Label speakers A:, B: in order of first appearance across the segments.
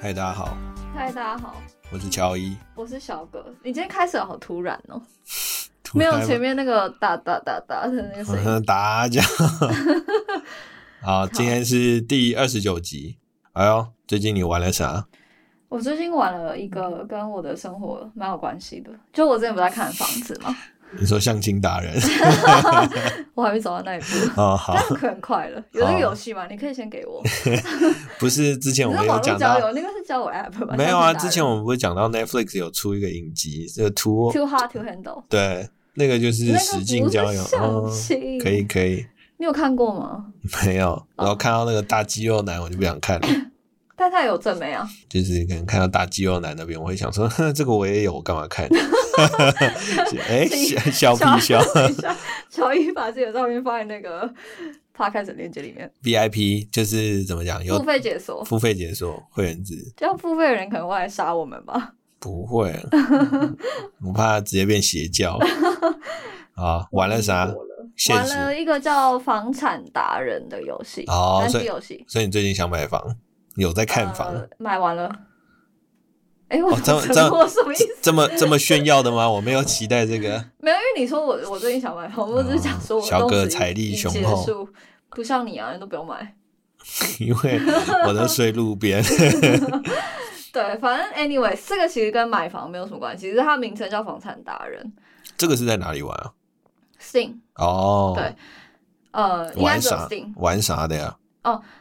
A: 嗨，大家好，
B: 嗨，大家好，
A: 我是乔伊。
B: 我是小葛。你今天开始好突然哦，
A: 突
B: 没
A: 然
B: 有前面那个哒哒哒哒的那个
A: 嗯
B: 声音。
A: 打 架。好，今天是第二十九集。哎呦，最近你玩了啥？
B: 我最近玩了一个跟我的生活蛮有关系的，就我之前不是在看房子 嘛，
A: 你说相亲达 人
B: 我还没走到那一步，
A: 哦，好
B: 但，可很快了。有这
A: 好
B: 个游戏吗？你可以先给我。
A: 不是之前
B: 你
A: 我
B: 是
A: 们
B: 网
A: 有
B: 络
A: 讲
B: 交
A: 到，
B: 友，那个是交友 app 吧？
A: 没有啊？
B: 相亲达人
A: 之前我们不是讲到 Netflix 有出一个影集，这个 Too
B: too hard to handle，
A: 对，那个就是
B: 那
A: 实
B: 个
A: 境
B: 不是
A: 交友，
B: 相
A: 哦，
B: 亲，
A: 可以。可以，
B: 你有看过吗？
A: 没有。然后看到那个大肌肉男，我就不想看了。
B: 但他有正妹啊，
A: 就是可能看到大肌肉男那边，我会想说， 哼这个我也有，我干嘛看？ 哎、笑笑屁笑
B: 乔伊把自己的照片放在那个 podcast 的链接里面，
A: ，VIP 就是怎么讲，有
B: 付费解锁。
A: 付费解锁会员制，
B: 这样付费的人可能会来杀我们吧？
A: 不会，我怕直接变邪教。啊，玩了啥？现
B: 玩
A: 实
B: 了一个叫《房产达人》的游戏，
A: 哦
B: 单
A: 所
B: 机
A: 以
B: 游戏。
A: 所以你最近想买房，有在看房？
B: 呃买完了。哎， 我
A: 哦这么
B: 沉
A: 这么
B: 默什么意思？
A: 这么这么炫耀的吗？我没有期待这个。
B: 没有，因为你说我我最近想买房，我只是想说我
A: 小
B: 都
A: 葛
B: 只
A: 财力
B: 已
A: 雄
B: 结
A: 厚
B: 束，不像你啊，你都不用买。
A: 因为我都睡路边，
B: 对，反正 anyway，这个其实跟买房没有什么关系，只是它名称叫《房产达人
A: 这个是在哪里玩啊？》
B: Steam，
A: 哦，
B: 对，呃，应该
A: 玩
B: 只有
A: 啥
B: Steam。
A: 玩啥的呀？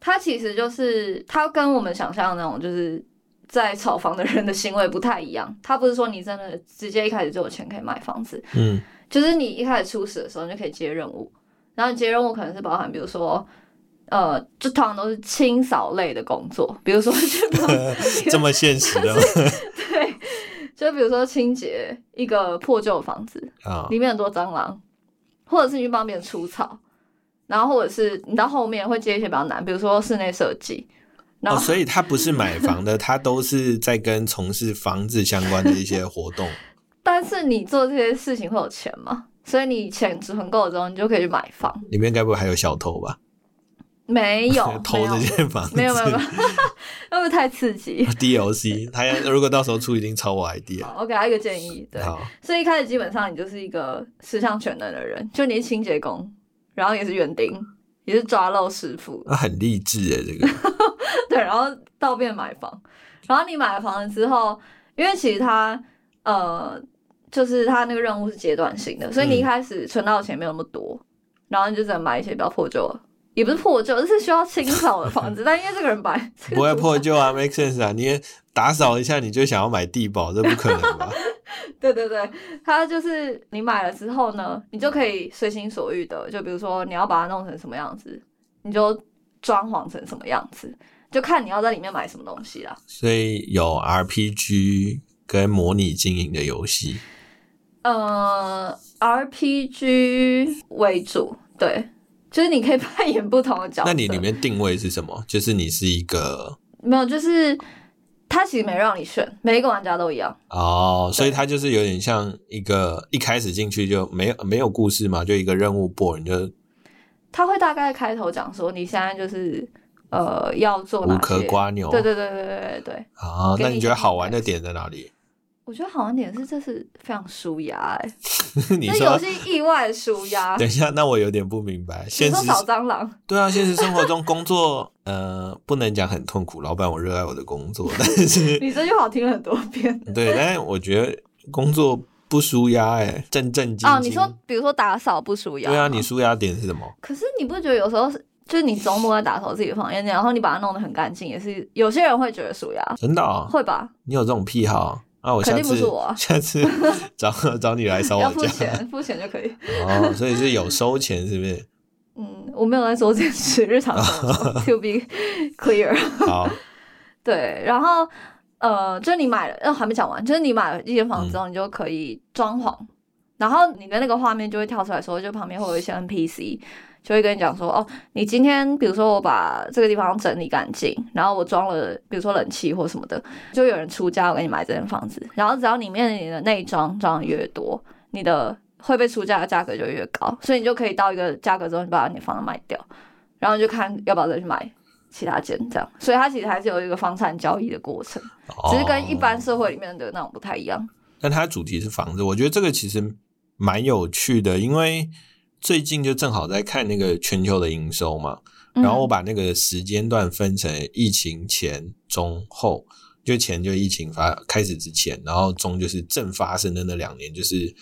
B: 它其实就是它跟我们想象的那种就是在炒房的人的行为不太一样。它不是说你真的直接一开始就有钱可以买房子，
A: 嗯，
B: 就是你一开始初始的时候你就可以接任务，然后你接任务可能是包含比如说。呃，就通常都是清扫类的工作，比如说 就比如
A: 这么现实 的吗？
B: 对，就比如说清洁一个破旧的房子，
A: 啊，
B: 里面很多蟑螂，或者是你去帮别人除草，然后或者是你到后面会接一些比较难，比如说室内设计，然
A: 哦，
B: 后
A: 所以他不是买房的，他都是在跟从事房子相关的一些活 动。
B: 但是你做这些事情会有钱嘛？所以你
A: 哦
B: 钱存够了之后，你就可以去买房。
A: 里面该不会还有小偷吧？
B: 没有，
A: 偷这些房子？
B: 哦没有，没有， 没有，没有 那会太刺激。
A: DLC，他要如果到时候出，一定超我 idea。
B: 好我给他一个建议，对，
A: 好，
B: 所以一开始基本上你就是一个十项全能的人，就你是清洁工，然后也是园丁，也是抓漏师傅，
A: 那很励志欸诶，这个
B: 对，然后到变买房，然后你买了房了之后，因为其实它呃，就是它那个任务是阶段性的，所以你
A: 嗯
B: 一开始存到的钱没有那么多，然后你就只能买一些比较破旧的，也不是破旧，是需要清扫的 房子。但因为这个人买，这个
A: 不会
B: 主
A: 破旧啊，make sense 啊。你也打扫一下，你就想要买地保，这不可能 吧？
B: 对对对，它就是你买了之后呢，你就可以随心所欲的，就比如说你要把它弄成什么样子，你就装潢成什么样子，就看你要在里面买什么东西啦。
A: 所以有 RPG 跟模拟经营的游戏，
B: 呃，RPG 为主，对，就是你可以扮演不同的角色。
A: 那你里面定位是什么？就是你是一个
B: 没有，就是他其实没让你选，每一个玩家都一样。
A: 哦，所以
B: 对
A: 它就是有点像一个一开始进去就没有没有故事嘛，就一个任务 b o 你就
B: 他会大概开头讲说，你现在就是呃要做哪
A: 无哦
B: 些，
A: 壳瓜牛。
B: 对对对对对对对。
A: 啊，
B: 给
A: 那
B: 你
A: 你
B: 一
A: 觉得
B: 些
A: 好玩的点在哪里？
B: 我觉得好玩点是，这是非常舒压哎、
A: 你
B: 这游
A: 说，
B: 戏意外舒压。
A: 等
B: 你
A: 一下，那我有点不明白。现
B: 说
A: 实
B: 扫蟑螂，
A: 对啊，现实生活中工作，呃，不能讲很痛苦。老板，我热爱我的工作，但 是
B: 你这句话听了很多 遍
A: 对，但是我觉得工作不舒压，哎，正正经经。
B: 哦。你说，比如说打扫不舒压吗，
A: 对啊，你舒压点是什么？
B: 可是你不觉得有时候是，就是你周末在打扫自己的房间，然后你把它弄得很干净，也是有些人会觉得舒压，
A: 真的哦，
B: 会吧？
A: 你有这种癖好啊？我
B: 肯
A: 下
B: 定不
A: 次
B: 是我啊
A: 下 次找找你来扫
B: 要
A: 我
B: 付
A: 家
B: 钱，付钱就可以。
A: 哦，所以是有收钱，是不 是？
B: 嗯，我没有在做这件事，日常 生活中 to be clear。
A: 好，
B: 对，然后呃，就是你买了，呃，还没讲完，就是你买了一间房子之后，你就可以装潢，然后你的那个画面就会跳出来说，就旁边会有一些 NPC。就会跟你讲说，哦，你今天比如说我把这个地方整理干净，然后我装了比如说冷气或什么的，就有人出价我给你买这间房子，然后只要里面你的内装装的越多，你的会被出价的价格就越高，所以你就可以到一个价格之后，你把你的房子卖掉，然后你就看要不要再去买其他间这样，所以它其实还是有一个房产交易的过程，
A: 哦
B: 只是跟一般社会里面的那种不太一样。
A: 但它主题是房子，我觉得这个其实蛮有趣的，因为最近就正好在看那个全球的营收嘛，
B: 嗯
A: 然后我把那个时间段分成疫情前、中、后。就前就疫情发开始之前，然后中就是正发生的那两年，就是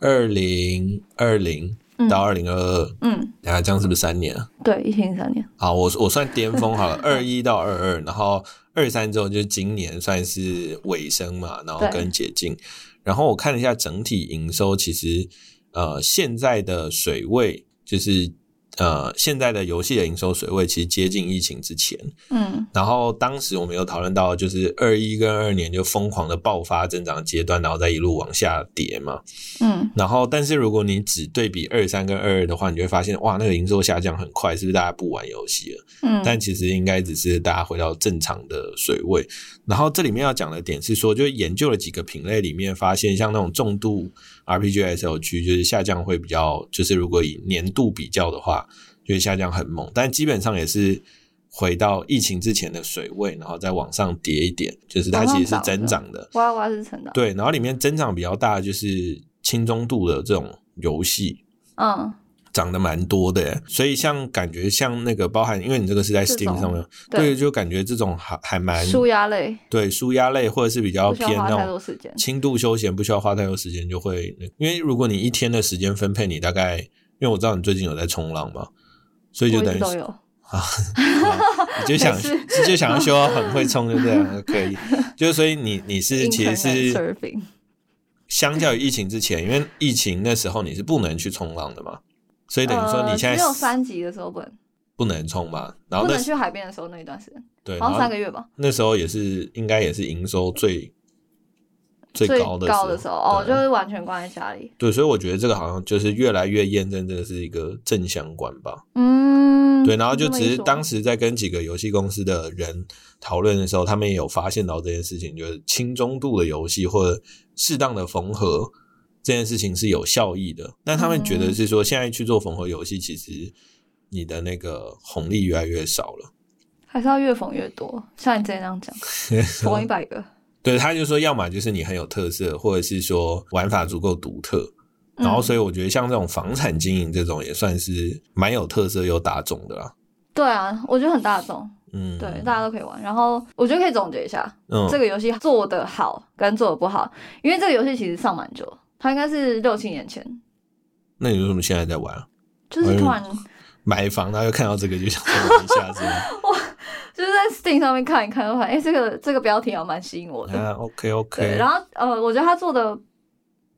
A: 二零二零到二零二二，
B: 嗯，
A: 然后这样是不是三年啊？
B: 对，一零三年，
A: 好，我我算巅峰好了，二一到二二，然后二三之后就是今年算是尾声嘛，然后
B: 对
A: 跟解禁。然后我看了一下整体营收，其实呃现在的水位就是呃现在的游戏的营收水位其实接近疫情之前。
B: 嗯
A: 然后当时我们有讨论到，就是二一跟二年就疯狂的爆发增长阶段，然后再一路往下跌嘛。
B: 嗯，
A: 然后，但是如果你只对比二三跟二二的话，你就会发现哇，那个营收下降很快，是不是大家不玩游戏了？
B: 嗯，
A: 但其实应该只是大家回到正常的水位。然后这里面要讲的点是说，就研究了几个品类里面，发现像那种重度 RPG SLG 就是下降会比较，就是如果以年度比较的话，就会下降很猛，但基本上也是。回到疫情之前的水位，然后再往上跌一点，就是它
B: 往上
A: 其实是
B: 涨
A: 增
B: 的
A: 长的。
B: 哇哇是成的，
A: 对，然后里面增长比较大的就是轻中度的这种游戏，
B: 嗯，
A: 涨得蛮多的耶，所以像感觉像那个包含，因为你这个是在
B: 这
A: Steam
B: 种
A: 上面，
B: 对
A: 对，就感觉这种还还蛮
B: 舒压类
A: 对舒压类或者是比较
B: 不需要
A: 偏
B: 花太
A: 那
B: 多
A: 种
B: 时间，
A: 轻度休闲，不需要花太多时间就会那，因为如果你一天的时间分配，你大概因为我知道你最近有在冲浪嘛，所以
B: 我
A: 就
B: 一
A: 等于
B: 直都
A: 是
B: 有，
A: 你就想
B: 每
A: 就想要修很会冲，对不对？可 以，就所以你你是其实
B: Internet
A: 是
B: surfing，
A: 相较于疫情之前，因为疫情那时候你是不能去冲浪的嘛，所以等于说你
B: 呃
A: 现在
B: 只有三级的时候不能，
A: 不能冲嘛，然后
B: 不
A: 那
B: 能去海边的时候那一段时间，
A: 对，
B: 好
A: 然
B: 像
A: 后
B: 三个月吧，
A: 那时候也是应该也是营收最最
B: 最
A: 高的
B: 高的时候，哦，
A: 对
B: 就是完全关在家里，
A: 对，所以我觉得这个好像就是越来越验证这个是一个正相关吧。
B: 嗯，
A: 对，然后就
B: 这么
A: 只
B: 一
A: 是
B: 说
A: 当时在跟几个游戏公司的人讨论的时候，他们也有发现到这件事情，就是轻中度的游戏或者适当的缝合这件事情是有效益的。但他们觉
B: 嗯
A: 得是说，现在去做缝合游戏，其实你的那个红利越来越少了。
B: 还是要越缝越多，像你之前那样讲，缝一百个，
A: 对，他就说，要么就是你很有特色，或者是说玩法足够独特。然后，所
B: 以
A: 以我觉得像这种房产经营这种，也算是蛮有特色又打中的啦。
B: 对啊，我觉得很大众，
A: 嗯，
B: 对，大家都可以玩。然后我觉得可以总结一下，
A: 嗯，
B: 这个游戏做的好跟做的不好，因为这个游戏其实上蛮久，它应该是六七年前，
A: 那你为什么现在在玩啊？
B: 就是突然
A: 买房，然后又看到这个就想玩一下， 是吗？
B: 就是在 Steam 上面看一看，就发现哎，这个这个标题还蛮吸引我的，
A: 啊，OK
B: 对，
A: OK，
B: 然后呃，我觉得他做的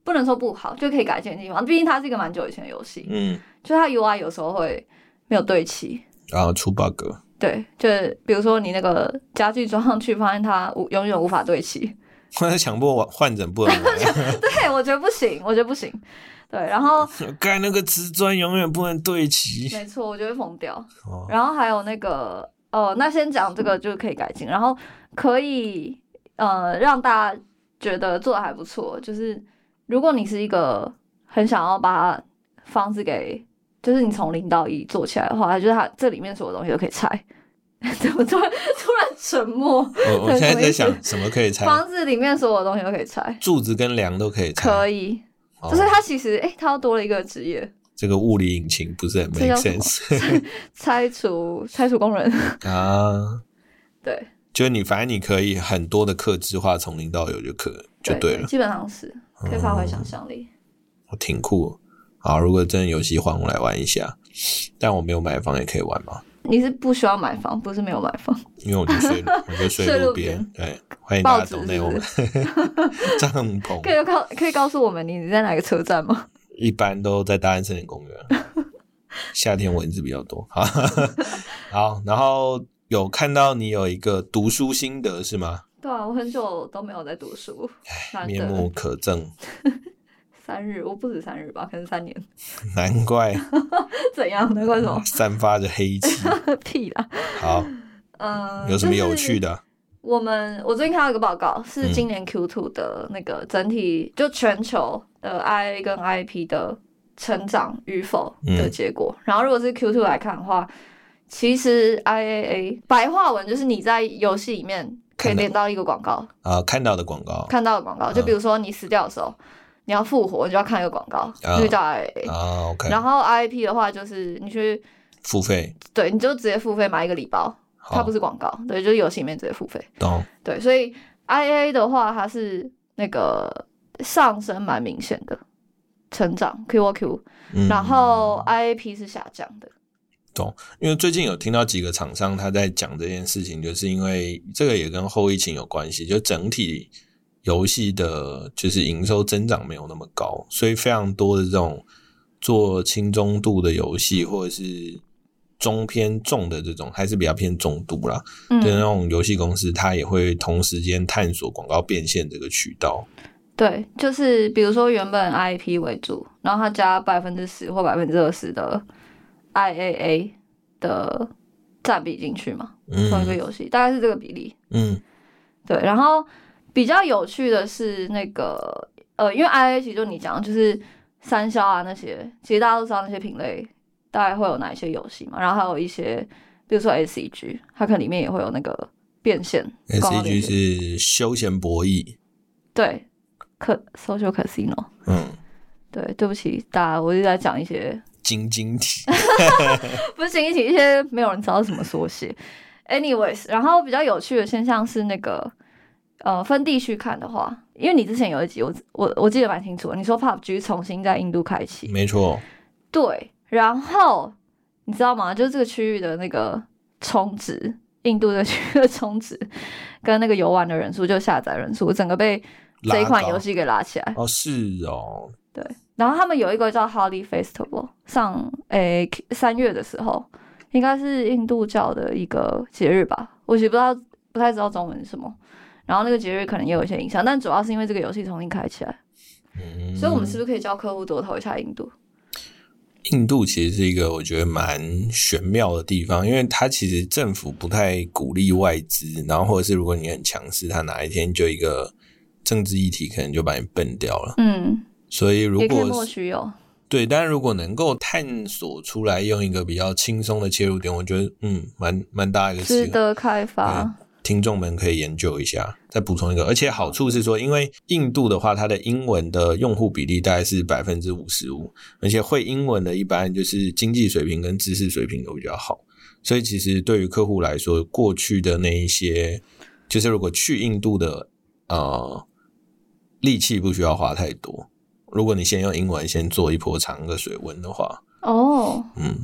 B: 不能说不好，就可以改进的地方。毕竟它是一个蛮久以前的游戏，
A: 嗯，
B: 就它 UI 有时候会没有对齐。
A: 然后出 bug，
B: 对，就是比如说你那个家具装上去，发现它无永远无法对齐。
A: 或者强迫患者不 能玩，
B: 对，我觉得不行，我觉得不行。对，然后
A: 盖啊那个瓷砖永远不能对齐。
B: 没错，我就会疯掉。
A: 哦，
B: 然后还有那个呃，那先讲这个就是可以改进，然后可以呃让大家觉得做的还不错，就是如果你是一个很想要把房子给，就是你从零到一做起来的话，就是它这里面所有东西都可以拆。 怎么突然突然沉默？
A: 我我现在
B: 什么
A: 在
B: 意思
A: 想什么可以拆，
B: 房子里面所有东西都可以拆，
A: 柱子跟梁都可以拆，
B: 可以。
A: 哦
B: 就是它其实，诶、它又多了一个职业，
A: 这个物理引擎不是很
B: 这
A: make
B: 叫什么
A: sense
B: 拆除拆除工人。
A: 啊。
B: 对，
A: 就是你，反正你可以很多的克制化，从零到有就可就
B: 对
A: 对了，
B: 基本上是可以发挥想象力。
A: 我挺酷。好，如果真的有喜欢，我来玩一下。但我没有买房也可以玩嘛，
B: 你是不需要买房，不是没有买房。
A: 因为我就睡，我就睡
B: 睡
A: 路
B: 路
A: 边
B: 边。
A: 对，欢迎大
B: 报
A: 家
B: 纸
A: 走
B: 是
A: 内我
B: 不
A: 们 帐
B: 可
A: 篷，
B: 以告可以告诉我们你在哪个车站吗？
A: 一般都在大安森林公园，啊夏天蚊子比较多。好， 好，然后有看到你有一个读书心得是吗？
B: 对啊，我很久都没有在读书，难
A: 面
B: 得
A: 目可憎，
B: 三日，我不止三日吧，可能三年。
A: 难怪哦
B: 怎样？难怪什么
A: 散发着黑气。
B: 屁啦？
A: 好，
B: 嗯，
A: 有什么有
B: 就是
A: 趣的？
B: 我们我最近看到一个报告，是
A: 嗯
B: 今年 Q two 的那个整体、就全球的 I A 跟
A: 嗯
B: I P 的成长与否的结果。然后如果是 Q two 来看的话，其实 IAA 白话文就是你在游戏里面可
A: 看
B: 以
A: 到嗯
B: 连到一个广告，
A: 啊、看到的广告
B: 看到的广告，就比如说你死掉的时候，你要复活，你就要看一个广告，
A: 啊
B: 就叫 IAA。
A: 啊，OK，
B: 然后 IAP 的话，就是你去
A: 付费，
B: 对，你就直接付费买一个礼包，它
A: 好
B: 不，是广告，对，就是游戏里面直接付费。
A: 懂，
B: 对，所以 IA 的话，它是那个上升蛮明显的成长 QOQ，
A: 嗯，
B: 然后 IAP 是下降的。
A: 因为最近有听到几个厂商他在讲这件事情，就是因为这个也跟后疫情有关系，就整体游戏的就是营收增长没有那么高，所以非常多的这种做轻中度的游戏或者是中偏重的这种，还是比较偏中度啦。的那
B: 嗯，
A: 种游戏公司，它也会同时间探索广告变现这个渠道。
B: 对，就是比如说原本 IAP 为主，然后它加百分之十或百分之二十的 IAA 的占比进去嘛，同一个
A: 嗯
B: 游戏大概是这个比例。
A: 嗯
B: 对，然后比较有趣的是那个呃，因为 I A 其实就你讲的就是三消啊那些，其实大家都知道那些品类大概会有哪一些游戏嘛，然后还有一些比如说 S E G，它可能里面也会有那个变现广告变
A: ，SCG
B: 现
A: E 是休闲博弈。
B: 对，可 social casino。
A: 嗯，
B: 对，对不起，大家，我一直在讲一些
A: 晶晶 体。
B: 不行，一起一些没有人知道是什么缩写。Anyways，然后比较有趣的现象是那个，呃，分地区看的话，因为你之前有一集我我我记得蛮清楚的，你说 PUBG 重新在印度开启，
A: 没错，
B: 对，然后你知道吗？就是这个区域的那个充值，印度的区域的充值跟那个游玩的人数，就下载人数，整个被这一款
A: 拉高
B: 游戏给拉起来。
A: 哦，是哦，
B: 对，然后他们有一个叫 Holi Festival，上诶三月的时候，应该是印度教的一个节日吧，我也不知道不太知道中文是什么。然后那个节日可能也有一些影响，但主要是因为这个游戏重新开起来，
A: 嗯，
B: 所以我们是不是可以教客户多投一下印度？
A: 印度其实是一个我觉得蛮玄妙的地方，因为它其实政府不太鼓励外资，然后或者是如果你很强势，它哪一天就一个政治议题可能就把你崩掉了。
B: 嗯，
A: 所以如
B: 也可以
A: 果
B: 莫
A: 是
B: 须有。
A: 对，但如果能够探索出来，用一个比较轻松的切入点，我觉得嗯，蛮蛮大一个
B: 值
A: 机会，
B: 得开发。
A: 听众们可以研究一下，再补充一个。而且好处是说，因为印度的话，它的英文的用户比例大概是百分之五十五，而且会英文的一般就是经济水平跟知识水平都比较好，所以其实对于客户来说，过去的那一些，就是如果去印度的呃力气不需要花太多。如果你先用英文先做一波长的水温的话，
B: 哦，
A: 嗯，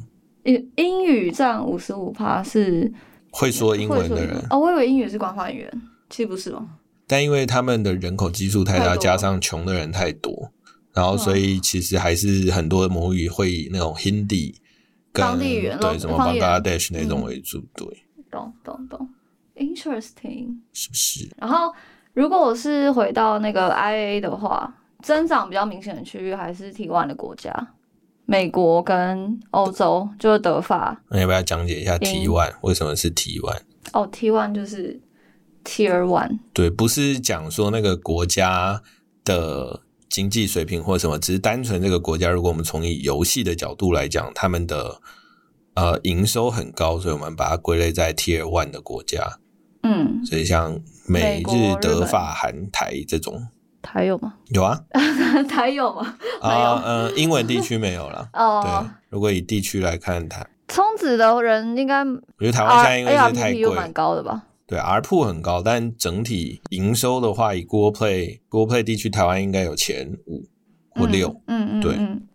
B: 英英语占五十五趴是
A: 会说英文
B: 会说
A: 的
B: 英文
A: 人，
B: 哦，我以为英语是官方语言，其实不是哦吗？
A: 但因为他们的人口基数太
B: 太
A: 大，
B: 多
A: 加上穷的人太多，然后所以其实还是很多母语会那种 Hindi 跟
B: 当地语言咯
A: 对什么
B: 方言
A: Bangladesh 那种
B: 嗯
A: 为主，对，
B: 懂懂懂，interesting。
A: 是不是？
B: 然后，如果我是回到那个 IA 的话，增长比较明显的区域还是 T one 的国家，美国跟欧洲，就是德法。
A: 那要不要讲解一下
B: 嗯
A: T one 为什么是 T one？
B: 哦，T one 就是 Tier one。
A: 对，不是讲说那个国家的经济水平或什么，只是单纯这个国家，如果我们从以游戏的角度来讲，他们的呃营收很高，所以我们把它归类在 Tier One 的国家，
B: 嗯，
A: 所以像美
B: 美、国
A: 日
B: 日、
A: 德、
B: 本
A: 法、韩、台这种
B: 台有吗？
A: 有啊
B: 台有吗？没有。
A: 啊呃，英文地区没有啦
B: 哦
A: 对，，如果以地区来看台，
B: 充值的人应该
A: 我觉得台湾
B: R
A: 现在因为
B: A
A: 是
B: R 哎
A: 太
B: P P 又蛮
A: 贵，
B: 高的吧？
A: 对 R 铺很高，但整体营收的话，以 Google Play Google Play 地区，台湾应该有前五或
B: 嗯
A: 六。。
B: 嗯嗯
A: 对
B: 嗯。人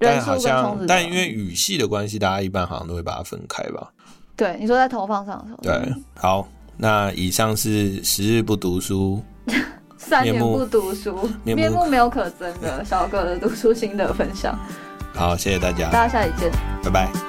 A: 但
B: 数
A: 好
B: 跟充值
A: 像，
B: 的
A: 但因为语系的关系，大家一般好像都会把它分开吧。
B: 对你说在投放上的时候，
A: 对，好，那以上是十日不读书，
B: 三
A: 面
B: 年
A: 目
B: 不读书，
A: 面目
B: 面目没有可憎的小葛的读书心得分享，
A: 好，谢谢大
B: 大
A: 家，
B: 家下期见。
A: 拜拜。